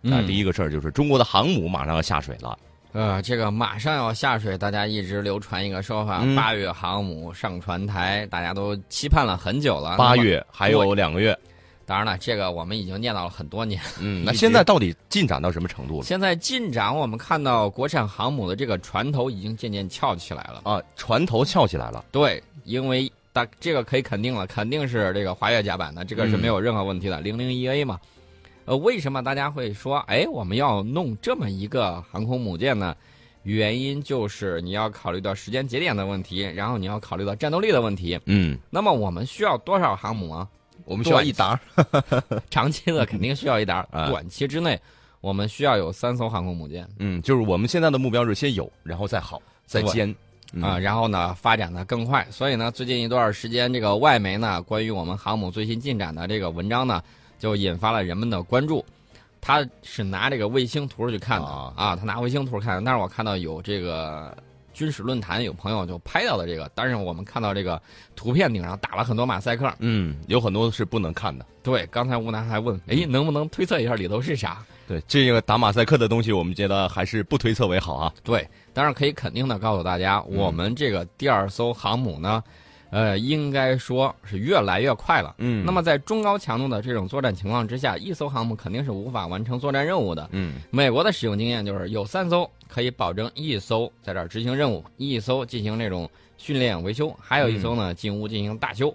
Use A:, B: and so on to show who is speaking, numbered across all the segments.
A: 那
B: 嗯
A: 啊第一个事儿就是中国的航母马上要下水了，
B: 呃，这个马上要下水，大家一直流传一个说法
A: 嗯：
B: 八、月航母上船台，大家都期盼了很久了。
A: 八
B: 那么，
A: 月还有两个月。
B: 当然了，这个我们已经念叨了很多年。
A: 嗯，那
B: 一直
A: 现在到底进展到什么程度了？
B: 现在进展，我们看到国产航母的这个船头已经渐渐翘起来了。
A: 啊，船头翘起来了。
B: 对，因为大这个可以肯定了，肯定是这个华越甲板的，这个是
A: 嗯
B: 没有任何问题的。零零一 A 嘛，呃，为什么大家会说，哎，我们要弄这么一个航空母舰呢？原因就是你要考虑到时间节点的问题，然后你要考虑到战斗力的问题。
A: 嗯，
B: 那么我们需要多少航母啊？
A: 我们需要
B: 对
A: 一打。
B: 长期的肯定需要一点儿，
A: 啊
B: 短期之内我们需要有三艘航空母舰
A: 嗯，就是我们现在的目标是先有，然后再好，再
B: 对
A: 尖。嗯
B: 啊、然后呢发展的更快。所以呢，最近一段时间，这个外媒呢关于我们航母最新进展的这个文章呢，就引发了人们的关注。他是拿这个卫星图去看的
A: 啊
B: 啊，他拿卫星图看的。但是我看到有这个军事论坛有朋友就拍到了这个，但是我们看到这个图片顶上打了很多马赛克。
A: 嗯，有很多是不能看的。
B: 对，刚才吴楠还问，哎，能不能推测一下里头是啥？
A: 对，这个打马赛克的东西，我们觉得还是不推测为好啊。
B: 对，当然可以肯定的告诉大家，
A: 嗯
B: 我们这个第二艘航母呢，呃，应该说是越来越快了。
A: 嗯
B: 那么在中高强度的这种作战情况之下，一艘航母肯定是无法完成作战任务的。
A: 嗯
B: 美国的使用经验就是有三艘可以保证一艘在这儿执行任务，一艘进行这种训练维修，还有一艘呢进屋进行大修，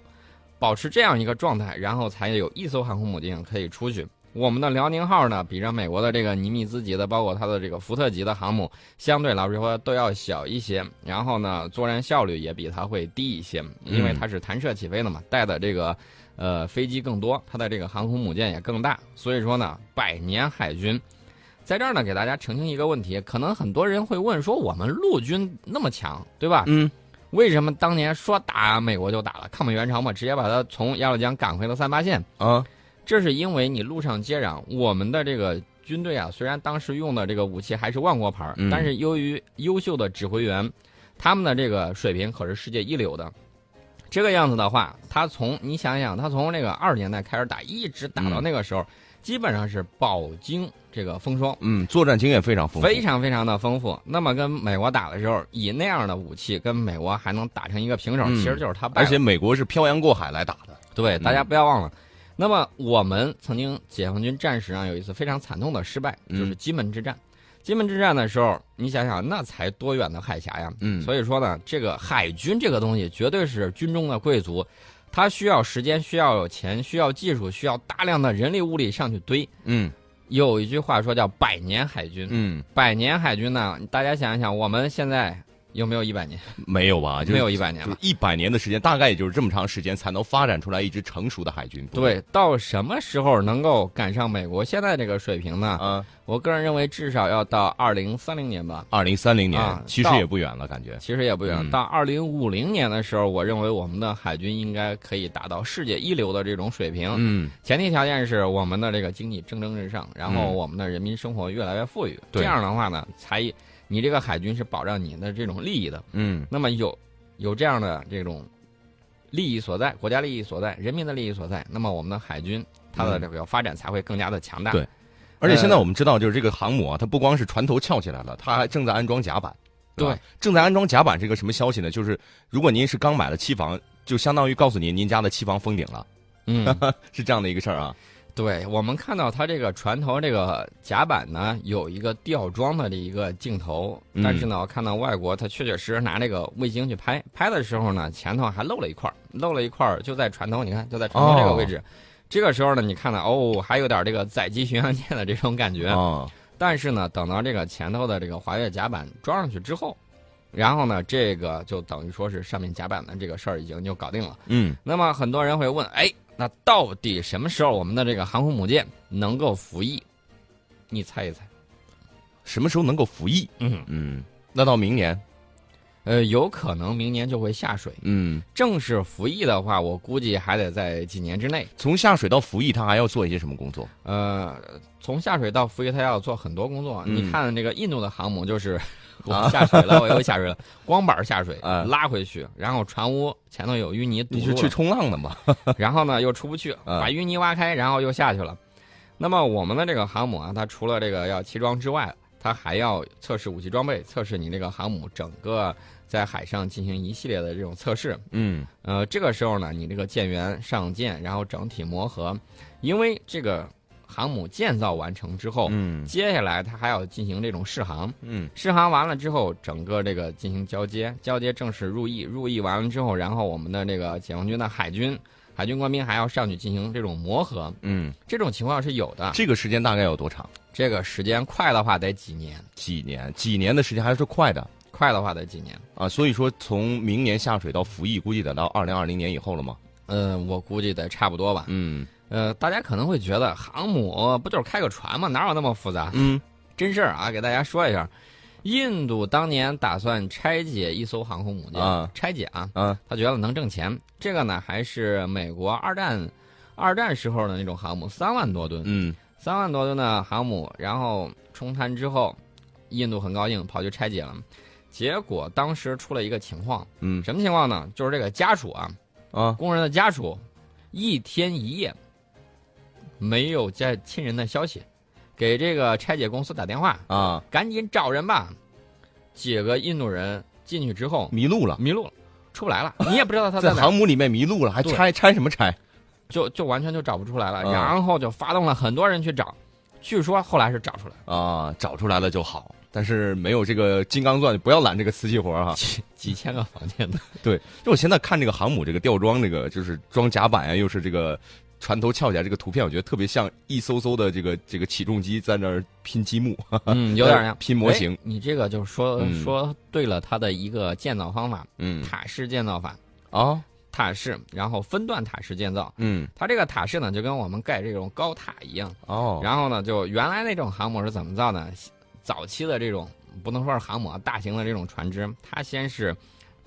B: 保持这样一个状态，然后才有一艘航空母舰可以出去。我们的辽宁号呢，比着美国的这个尼米兹级的，包括它的这个福特级的航母，相对来说都要小一些，然后呢，作战效率也比它会低一些，因为它是弹射起飞的嘛，带的这个呃飞机更多，它的这个航空母舰也更大，所以说呢，百年海军。在这儿呢，给大家澄清一个问题，可能很多人会问说，我们陆军那么强，对吧？
A: 嗯，
B: 为什么当年说打美国就打了？抗美援朝嘛，直接把他从鸭绿江赶回了三八线。
A: 啊，
B: 这是因为你路上接壤，我们的这个军队啊，虽然当时用的这个武器还是万国牌儿，
A: 嗯
B: 但是由于优秀的指挥员，他们的这个水平可是世界一流的。这个样子的话，他从你想想，他从那个二十年代开始打，一直打
A: 嗯
B: 到那个时候，基本上是饱经这个风霜。
A: 嗯，作战经验非常丰富。
B: 非常非常的丰富。那么跟美国打的时候，以那样的武器跟美国还能打成一个平手，
A: 嗯
B: 其实就是他败
A: 而
B: 了。
A: 且美国是漂洋过海来打的。
B: 对
A: 嗯
B: 大家不要忘了，那么我们曾经解放军战史上有一次非常惨痛的失败，
A: 嗯
B: 就是金门之战。金门之战的时候，你想想那才多远的海峡呀！
A: 嗯
B: 所以说呢，这个海军这个东西绝对是军中的贵族，它需要时间，需要有钱，需要技术，需要大量的人力物力上去堆。
A: 嗯
B: 有一句话说叫“百年海军”，
A: 嗯，
B: 百年海军呢？大家想一想，我们现在有没有一百年？
A: 没有吧？就是
B: 没有一百年
A: 就
B: 了。
A: 一百年的时间，大概也就是这么长时间才能发展出来一支成熟的海军部队。
B: 对，到什么时候能够赶上美国现在这个水平呢？
A: 啊，
B: 我个人认为，至少要到二零三零年吧。
A: 二零三零
B: 啊
A: 年其实
B: 到
A: 也不远了，感觉。
B: 其实也不远，
A: 嗯
B: 到二零五零年的时候，我认为我们的海军应该可以达到世界一流的这种水平。
A: 嗯，
B: 前提条件是我们的这个经济蒸蒸日上，然后
A: 嗯
B: 我们的人民生活越来越富裕。
A: 对
B: 这样的话呢，才你这个海军是保障你的这种利益的。
A: 嗯
B: 那么有有这样的这种利益所在，国家利益所在，人民的利益所在，那么我们的海军它的这个发展才会更加的强大。
A: 嗯对而且现在我们知道，就是这个航母啊，它不光是船头翘起来了，它还正在安装甲板。吧
B: 对，
A: 正在安装甲板是一个什么消息呢？就是如果您是刚买了期房，就相当于告诉您您家的期房封顶了，
B: 嗯，
A: 是这样的一个事儿啊。
B: 对，我们看到它这个船头这个甲板呢有一个吊装的这一个镜头，
A: 嗯
B: 但是呢，我看到外国它确确实实拿这个卫星去拍，拍的时候呢前头还露了一块儿，露了一块儿就在船头，你看就在船头这个位置。这个时候呢，你看到哦，还有点这个载机巡洋舰的这种感觉
A: 啊，
B: 但是呢，等到这个前头的这个滑跃甲板装上去之后，然后呢，这个就等于说是上面甲板的这个事儿已经就搞定了。
A: 嗯
B: 那么很多人会问，哎，那到底什么时候我们的这个航空母舰能够服役？你猜一猜？
A: 什么时候能够服役？
B: 嗯，
A: 嗯，那到明年。
B: 呃，有可能明年就会下水。
A: 嗯，
B: 正式服役的话，我估计还得在几年之内。
A: 从下水到服役，它还要做一些什么工作？
B: 呃，从下水到服役，它要做很多工作。
A: 嗯
B: 你看这个印度的航母，就是 我
A: 啊
B: 下水了，我又下水了，光板下 水
A: 啊
B: 拉回去，然后船坞前头有淤泥堵
A: 你是
B: 住
A: 去
B: 了，
A: 冲浪的吗？
B: 然后呢又出不去，
A: 啊
B: 把淤泥挖开，然后又下去了。那么我们的这个航母啊，它除了这个要砌装之外，它还要测试武器装备，测试你这个航母整个在海上进行一系列的这种测试。
A: 嗯
B: 呃，这个时候呢，你这个舰员上舰，然后整体磨合，因为这个航母建造完成之后，
A: 嗯
B: 接下来它还要进行这种试航。
A: 嗯
B: 试航完了之后，整个这个进行交接，交接正式入役，入役完了之后，然后我们的这个解放军的海军海军官兵还要上去进行这种磨合，
A: 嗯，
B: 这种情况是有的。
A: 啊这个时间大概有多长？
B: 这个时间快的话得几年，
A: 几年？几年的时间还是快的
B: 快的话得几年。
A: 啊！所以说，从明年下水到服役，估计得到二零二零年以后了嘛。
B: 呃，我估计得差不多吧。
A: 嗯
B: 呃，大家可能会觉得航母不就是开个船吗？哪有那么复杂？
A: 嗯
B: 真事儿啊，给大家说一下，印度当年打算拆解一艘航空母舰，
A: 啊
B: 拆解啊，
A: 啊
B: 他觉得能挣钱。这个呢，还是美国二战二战时候的那种航母，三万多吨，
A: 嗯
B: 三万多吨的航母，然后冲滩之后，印度很高兴，跑去拆解了。结果当时出了一个情况，
A: 嗯
B: 什么情况呢？就是这个家属啊，
A: 啊
B: 工人的家属，一天一夜没有家亲人的消息，给这个拆解公司打电话，
A: 啊！
B: 赶紧找人吧。几个印度人进去之后
A: 迷路了，
B: 迷路了，出不来了，你也不知道他在
A: 在
B: 哪儿
A: 航母里面迷路了，还
B: 对
A: 拆拆什么拆？
B: 就就完全就找不出来了，
A: 嗯
B: 然后就发动了很多人去找，据说后来是找出来了。
A: 啊，找出来了就好，但是没有这个金刚钻，不要揽这个瓷器活儿哈、
B: 几几千个房间的，
A: 就我现在看这个航母这个吊装，这个就是装甲板呀、又是这个船头翘起来这个图片，我觉得特别像一艘艘的这个这个起重机在那儿拼积木，
B: 嗯，有点像
A: 拼模型
B: 哎你这个就说
A: 嗯
B: 说对了，它的一个建造方法，
A: 嗯
B: 塔式建造法，
A: 啊，
B: 塔式，然后分段塔式建造。
A: 嗯
B: 它这个塔式呢，就跟我们盖这种高塔一样。
A: 哦，
B: 然后呢，就原来那种航母是怎么造呢？早期的这种不能说是航母，啊，大型的这种船只，它先是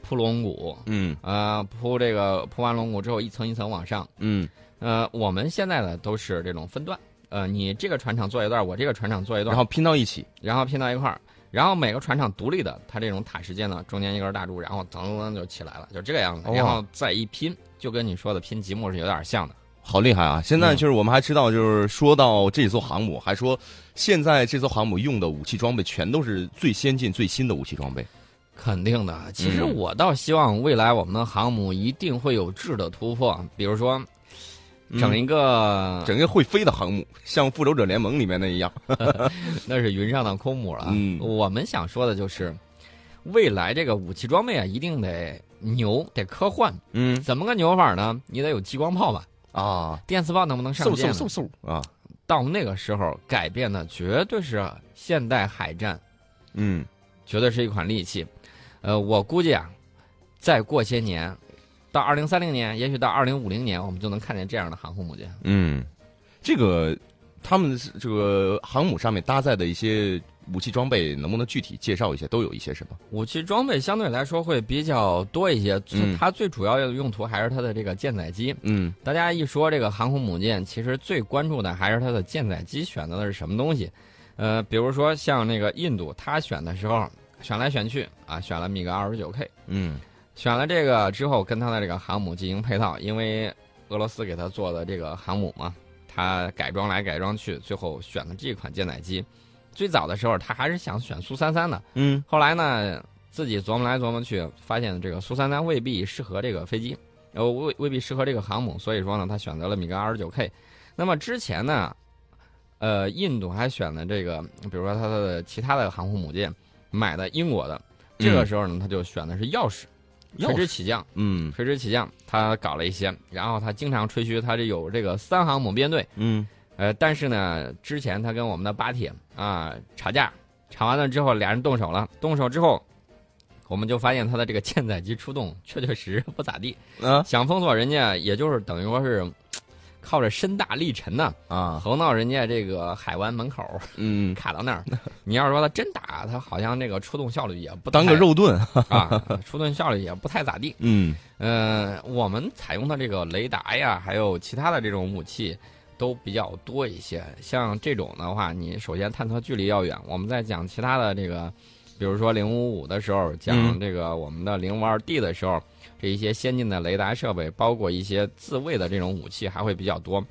B: 铺龙骨，
A: 嗯
B: 呃，铺这个铺完龙骨之后，一层一层往上。
A: 嗯
B: 呃，我们现在呢都是这种分段，呃，你这个船厂做一段，我这个船厂做一
A: 嗯
B: 段，
A: 然后拼到一起，
B: 然后拼到一块儿，然后每个船厂独立的，它这种塔式建呢，中间一根大柱，然后噔噔噔就起来了，就这个样子，
A: 哦
B: 然后再一拼，就跟你说的拼积木是有点像的。
A: 好厉害啊！现在就是我们还知道，就是说到这艘航母，还说现在这艘航母用的武器装备全都是最先进最新的武器装备，
B: 肯定的，其实
A: 嗯
B: 我倒希望未来我们的航母一定会有质的突破，比如说整一个，
A: 嗯整个会飞的航母，像复仇者联盟里面那一样。
B: 那是云上的空母了。
A: 嗯
B: 我们想说的就是，未来这个武器装备啊，一定得牛，得科幻。
A: 嗯
B: 怎么个牛法呢？你得有激光炮吧？
A: 啊，
B: 电磁炮能不能上
A: 嗖
B: 舰
A: 嗖
B: 呢？
A: 嗖嗖啊，
B: 到那个时候，改变的绝对是现代海战，
A: 嗯
B: 绝对是一款利器。呃，我估计啊，再过些年，到二零三零年，也许到二零五零年，我们就能看见这样的航空母舰。
A: 嗯，这个他们是这个航母上面搭载的一些武器装备，能不能具体介绍一下？都有一些什么？
B: 武器装备相对来说会比较多一些，最
A: 嗯
B: 它最主要的用途还是它的这个舰载机。
A: 嗯
B: 大家一说这个航空母舰，其实最关注的还是它的舰载机选择的是什么东西。呃，比如说像那个印度，它选的时候选来选去啊，选了米格二十九 K，
A: 嗯
B: 选了这个之后，跟它的这个航母进行配套，因为俄罗斯给它做的这个航母嘛，它改装来改装去，最后选了这款舰载机。最早的时候，它还是想选苏三三的，
A: 嗯
B: 后来呢，自己琢磨来琢磨去，发现这个苏三三未必适合这个飞机，呃，未未必适合这个航母，所以说呢，他选择了米格二十九 K。那么之前呢，呃，印度还选了这个，比如说它的其他的航空母舰，买的英国的。这个时候呢，他就选的是钥匙，
A: 钥匙
B: 垂直起降，
A: 嗯
B: 垂直起降，他搞了一些，然后他经常吹嘘他这有这个三航母编队，
A: 嗯
B: 呃，但是呢，之前他跟我们的巴铁啊吵架，吵完了之后俩人动手了，动手之后，我们就发现他的这个舰载机出动确确实实不咋地，
A: 啊
B: 想封锁人家，也就是等于说是嘖靠着身大力沉呐，
A: 啊
B: 横到人家这个海湾门口，
A: 嗯，
B: 卡到那儿。你要是说他真打，他好像这个出动效率也不
A: 当个
B: 太
A: 肉盾。
B: 啊，出动效率也不太咋地。
A: 哎嗯
B: 呃，我们采用的这个雷达呀，还有其他的这种武器都比较多一些。像这种的话，你首先探测距离要远。我们在讲其他的这个，比如说零五五的时候，讲
A: 嗯
B: 这个我们的零五二 D 的时候，这一些先进的雷达设备，包括一些自卫的这种武器还会比较多。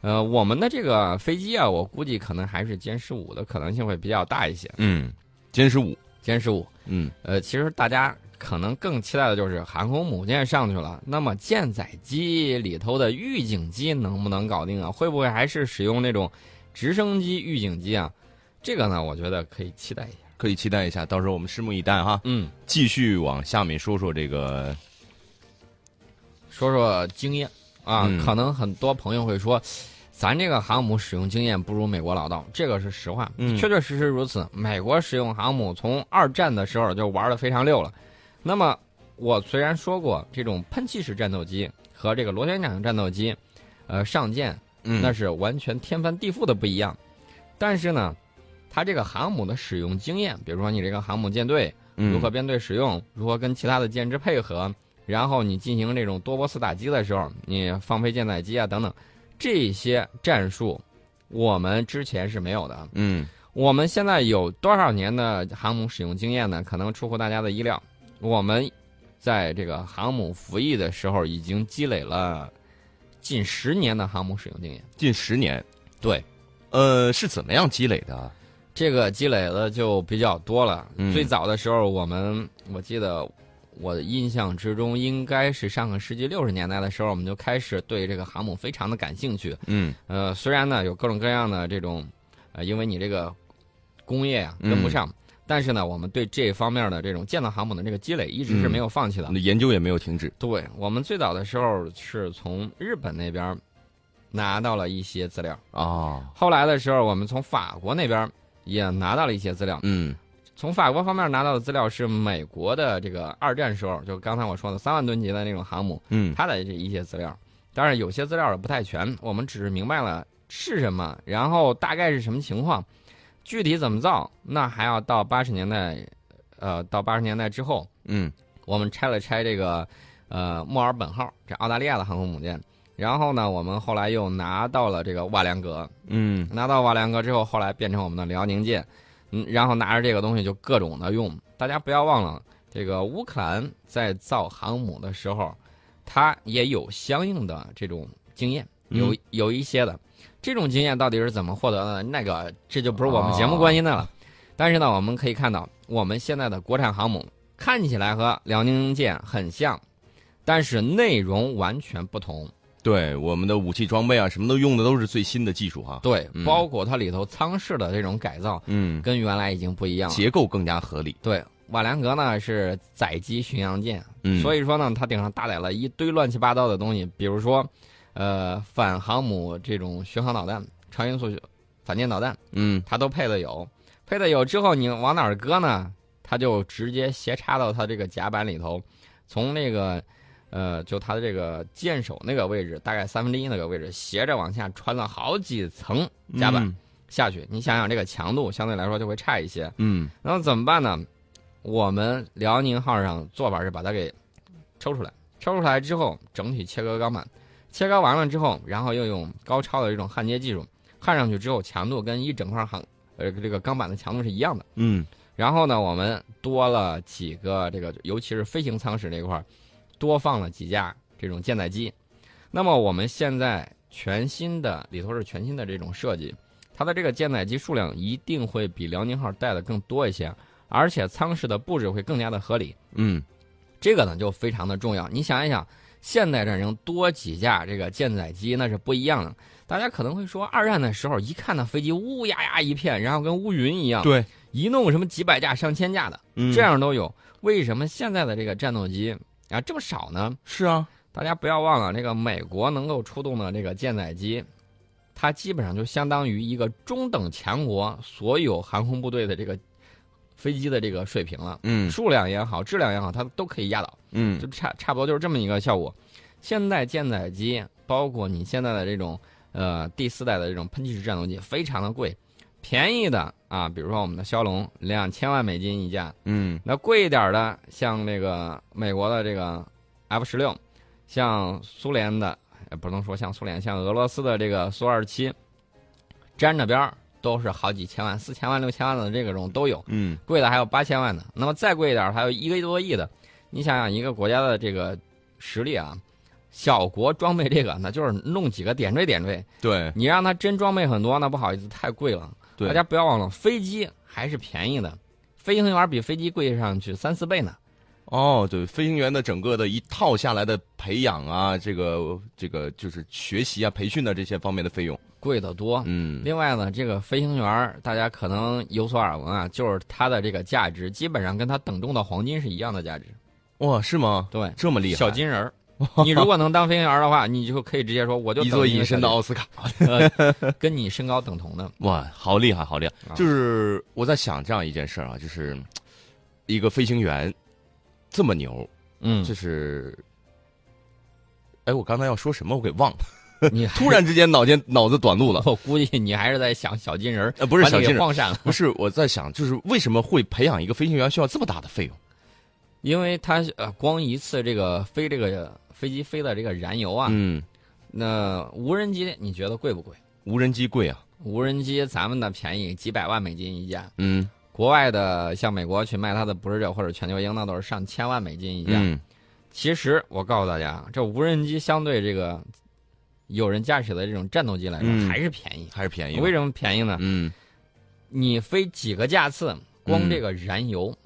B: 呃，我们的这个飞机啊，我估计可能还是歼十五的可能性会比较大一些。
A: 嗯，歼十五，
B: 歼十五，
A: 嗯，
B: 呃，其实大家可能更期待的就是航空母舰上去了，那么舰载机里头的预警机能不能搞定啊？会不会还是使用那种直升机预警机啊？这个呢，我觉得可以期待一下。
A: 可以期待一下，到时候我们拭目以待哈。
B: 嗯，
A: 继续往下面说说这个，
B: 说说经验啊，
A: 嗯
B: 可能很多朋友会说，咱这个航母使用经验不如美国老道，这个是实话，
A: 嗯
B: 确确实实如此。美国使用航母从二战的时候就玩的非常溜了。那么我虽然说过，这种喷气式战斗机和这个螺旋桨战斗机，呃，上舰
A: 嗯
B: 那是完全天翻地覆的不一样，但是呢，它这个航母的使用经验，比如说你这个航母舰队，
A: 嗯
B: 如何编队使用，如何跟其他的舰只配合，然后你进行这种多波次打击的时候，你放飞舰载机啊等等，这些战术我们之前是没有的。
A: 嗯
B: 我们现在有多少年的航母使用经验呢？可能出乎大家的意料。我们在这个航母服役的时候，已经积累了近十年的航母使用经验。
A: 近十年，
B: 对，
A: 呃，是怎么样积累的？啊
B: 这个积累的就比较多了。
A: 嗯
B: 最早的时候，我们我记得我印象之中，应该是上个世纪六十年代的时候，我们就开始对这个航母非常的感兴趣。
A: 嗯
B: 呃，虽然呢有各种各样的这种，呃，因为你这个工业呀、
A: 嗯
B: 跟不上，但是呢，我们对这方面的这种建造航母的这个积累一直
A: 嗯
B: 是没有放弃的。
A: 研究也没有停止。
B: 对我们最早的时候是从日本那边拿到了一些资料，
A: 啊，
B: 后来的时候我们从法国那边也拿到了一些资料。
A: 嗯
B: 从法国方面拿到的资料是美国的这个二战时候，就刚才我说的三万吨级的那种航母，
A: 嗯
B: 它的这一些资料。当然有些资料也不太全，我们只是明白了是什么，然后大概是什么情况，具体怎么造，那还要到八十年代，呃，到八十年代之后，
A: 嗯
B: 我们拆了拆这个，呃，墨尔本号这澳大利亚的航空母舰，然后呢，我们后来又拿到了这个瓦良格，
A: 嗯
B: 拿到瓦良格之后，后来变成我们的辽宁舰，嗯，然后拿着这个东西就各种的用。大家不要忘了，这个乌克兰在造航母的时候，它也有相应的这种经验，有
A: 嗯
B: 有一些的。这种经验到底是怎么获得的？那个这就不是我们
A: 哦
B: 节目关心的了。但是呢，我们可以看到，我们现在的国产航母看起来和辽宁舰很像，但是内容完全不同。
A: 对，我们的武器装备啊，什么都用的都是最新的技术哈。
B: 对
A: 嗯，
B: 包括它里头舱室的这种改造，
A: 嗯，
B: 跟原来已经不一样了。
A: 结构更加合理。
B: 对，瓦良格呢是载机巡洋舰，
A: 嗯，
B: 所
A: 以
B: 以说呢，它顶上搭载了一堆乱七八糟的东西，比如说，呃，反航母这种巡航导弹、超音速反舰导弹，
A: 嗯
B: 它都配的有。配的有之后，你往哪儿搁呢？它就直接斜插到它这个甲板里头，从那个，呃，就它的这个舰首那个位置，大概三分之一那个位置，斜着往下穿了好几层甲
A: 嗯
B: 板。下去，你想想这个强度相对来说就会差一些。
A: 嗯
B: 然后怎么办呢？我们辽宁号上做法是把它给抽出来，抽出来之后整体切割钢板，切割完了之后，然后又用高超的这种焊接技术焊上去之后，强度跟一整块焊呃这个钢板的强度是一样的。
A: 嗯
B: 然后呢，我们多了几个这个，尤其是飞行舱室这块儿，多放了几架这种舰载机。那么我们现在全新的里头是全新的这种设计，它的这个舰载机数量一定会比辽宁号带的更多一些，而且舱室的布置会更加的合理。
A: 嗯
B: 这个呢就非常的重要。你想一想，现代战争多几架这个舰载机那是不一样的。大家可能会说，二战的时候一看到飞机乌压压一片，然后跟乌云一样，
A: 对，
B: 一弄什么几百架、上千架的，
A: 嗯，
B: 这样都有。为什么现在的这个战斗机啊这么少呢？
A: 是啊，
B: 大家不要忘了，这个美国能够出动的这个舰载机，它基本上就相当于一个中等强国所有航空部队的这个飞机的这个水平了，
A: 嗯
B: 数量也好，质量也好，它都可以压倒。
A: 嗯
B: 就差差不多就是这么一个效果。现代舰载机，包括你现在的这种呃第四代的这种喷气式战斗机，非常的贵，便宜的啊，比如说我们的骁龙两千万美金一架，
A: 嗯
B: 那贵一点的像这个美国的这个 F 十六，像苏联的，呃不能说像苏联，像俄罗斯的这个苏二七，沾着边儿都是好几千万、四千万、六千万的这种都有。
A: 嗯
B: 贵的还有八千万的，那么再贵一点儿还有一个多亿的。你想想一个国家的这个实力啊，小国装备这个，那就是弄几个点缀点缀。
A: 对
B: 你让他真装备很多，那不好意思，太贵了。
A: 对，
B: 大家不要忘了，飞机还是便宜的，飞行员比飞机贵上去三四倍呢。
A: 哦，对，飞行员的整个的一套下来的培养啊，这个这个就是学习啊、培训的这些方面的费用，
B: 贵得多。
A: 嗯，
B: 另外呢，这个飞行员儿大家可能有所耳闻啊，就是它的这个价值基本上跟它等重的黄金是一样的价值。
A: 哇，是吗？
B: 对，
A: 这么厉害，
B: 小 金人儿，你如果能当飞行员儿的话，你就可以直接说我就
A: 一
B: 等
A: 座
B: 个
A: 一身的
B: 小
A: 奥斯卡，
B: 金人儿，呃跟你身高等同的。
A: 哇，好厉害，好厉害！
B: 啊
A: 就是我在想这样一件事儿啊，就是一个飞行员这么牛，
B: 嗯
A: 就，是，哎，我刚才要说什么，我给忘了，
B: 你
A: 突然之间脑间脑子短路了
B: ，我估计你还是在想小金人儿，
A: 呃，不是
B: 把你
A: 小
B: 给
A: 金人，
B: 晃闪了，
A: 不是我在想，就是为什么会培养一个飞行员需要这么大的费用？
B: 因为它呃光一次这个飞这个飞机飞的这个燃油啊，
A: 嗯，
B: 那无人机你觉得贵不贵？
A: 无人机贵啊，
B: 无人机咱们的便宜几百万美金一架，
A: 嗯
B: 国外的像美国去卖它的不是这或者全球鹰，那都是上千万美金一架。
A: 嗯，
B: 其实我告诉大家，啊这无人机相对这个有人驾驶的这种战斗机来说，
A: 嗯
B: 还是便宜。
A: 还是便宜，
B: 为
A: 什
B: 什么便宜呢？
A: 嗯，
B: 你飞几个架次，光
A: 嗯
B: 这个燃油、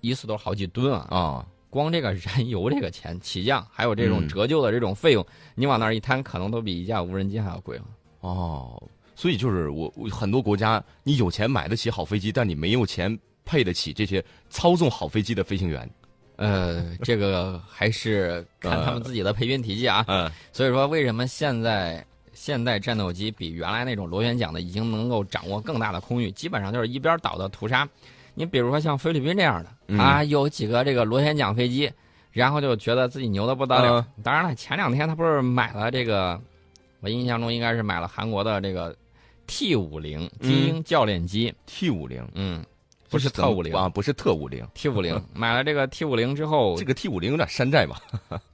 B: 一次都好几吨啊！
A: 啊，
B: 光这个燃油这个钱起降，还有这种
A: 嗯
B: 折旧的这种费用，你往那儿一摊，可能都比一架无人机还要贵了。
A: 哦，所以就是我我很多国家，你有钱买得起好飞机，但你没有钱配得起这些操纵好飞机的飞行员。
B: 呃，这个还是看他们自己的培训体系啊。
A: 嗯，
B: 所以说，为什么现在现代战斗机比原来那种螺旋桨的已经能够掌握更大的空域？基本上就是一边倒的屠杀。你比如说像菲律宾这样
A: 嗯
B: 的啊，有几个这个螺旋桨飞机，然后就觉得自己牛的不得了。当然了，前两天他不是买了这个，我印象中应该是买了韩国的这个 T 五零精英教练机，
A: T 五零
B: 嗯，不是
A: 怎么
B: T 五零
A: 啊，不是特五零，
B: T 五零买了这个 T 五零之后
A: 这，个 T 五零有点山寨吧？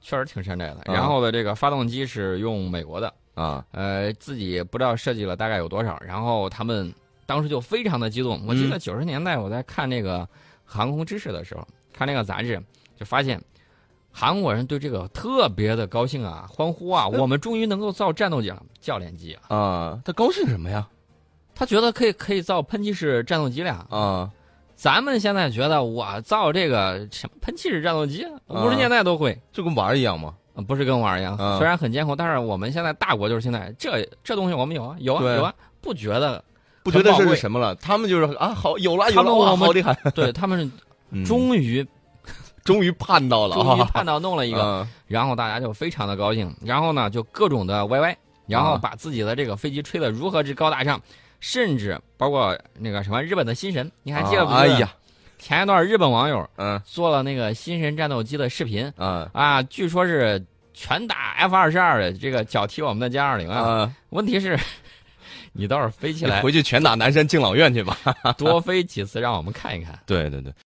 B: 确实挺山寨的。
A: 啊
B: 然后的这个发动机是用美国的。
A: 啊，
B: 呃，自己不知道设计了大概有多少，然后他们当时就非常的激动。我记得九十年代我在看那个航空知识的时候，看那个杂志，就发现韩国人对这个特别的高兴啊，欢呼啊，我们终于能够造战斗机了，教练机啊，
A: 啊，他高兴什么呀？
B: 他觉得可以可以造喷气式战斗机了呀。
A: 啊，
B: 咱们现在觉得我造这个什么喷气式战斗机，五
A: 啊
B: 十年代都会。
A: 就跟玩儿一样嘛。
B: 呃不是跟我玩儿一样，
A: 嗯
B: 虽然很艰苦，但是我们现在大国就是现在这这东西我们有啊，有啊
A: 对
B: 有啊，不觉得
A: 不觉得这
B: 很宝
A: 是
B: 贵
A: 什么了？他们就是啊，好有了有
B: 他
A: 了，
B: 们
A: 哇，
B: 我们
A: 好厉害！
B: 对他们
A: 嗯
B: 是终于、
A: 终于盼到了
B: 终于
A: 啊，
B: 盼到弄了一个，
A: 个
B: 然后大家就非常的高兴，然后呢就各种的 YY，然
A: 啊
B: 后把自己的这个飞机吹得如何之高大上，甚至包括那个什么日本的新神，你还记得不？
A: 哎，呀，
B: 前一段日本网友
A: 嗯
B: 做了那个新神战斗机的视频
A: 啊
B: 啊，据说是拳打 F 二十二的这个脚踢我们的歼二零啊，
A: 啊，
B: 问题是。 你倒是飞起来，
A: 回去拳打南山敬老院去吧。
B: 多飞几次，让我们看一看。
A: 对对对，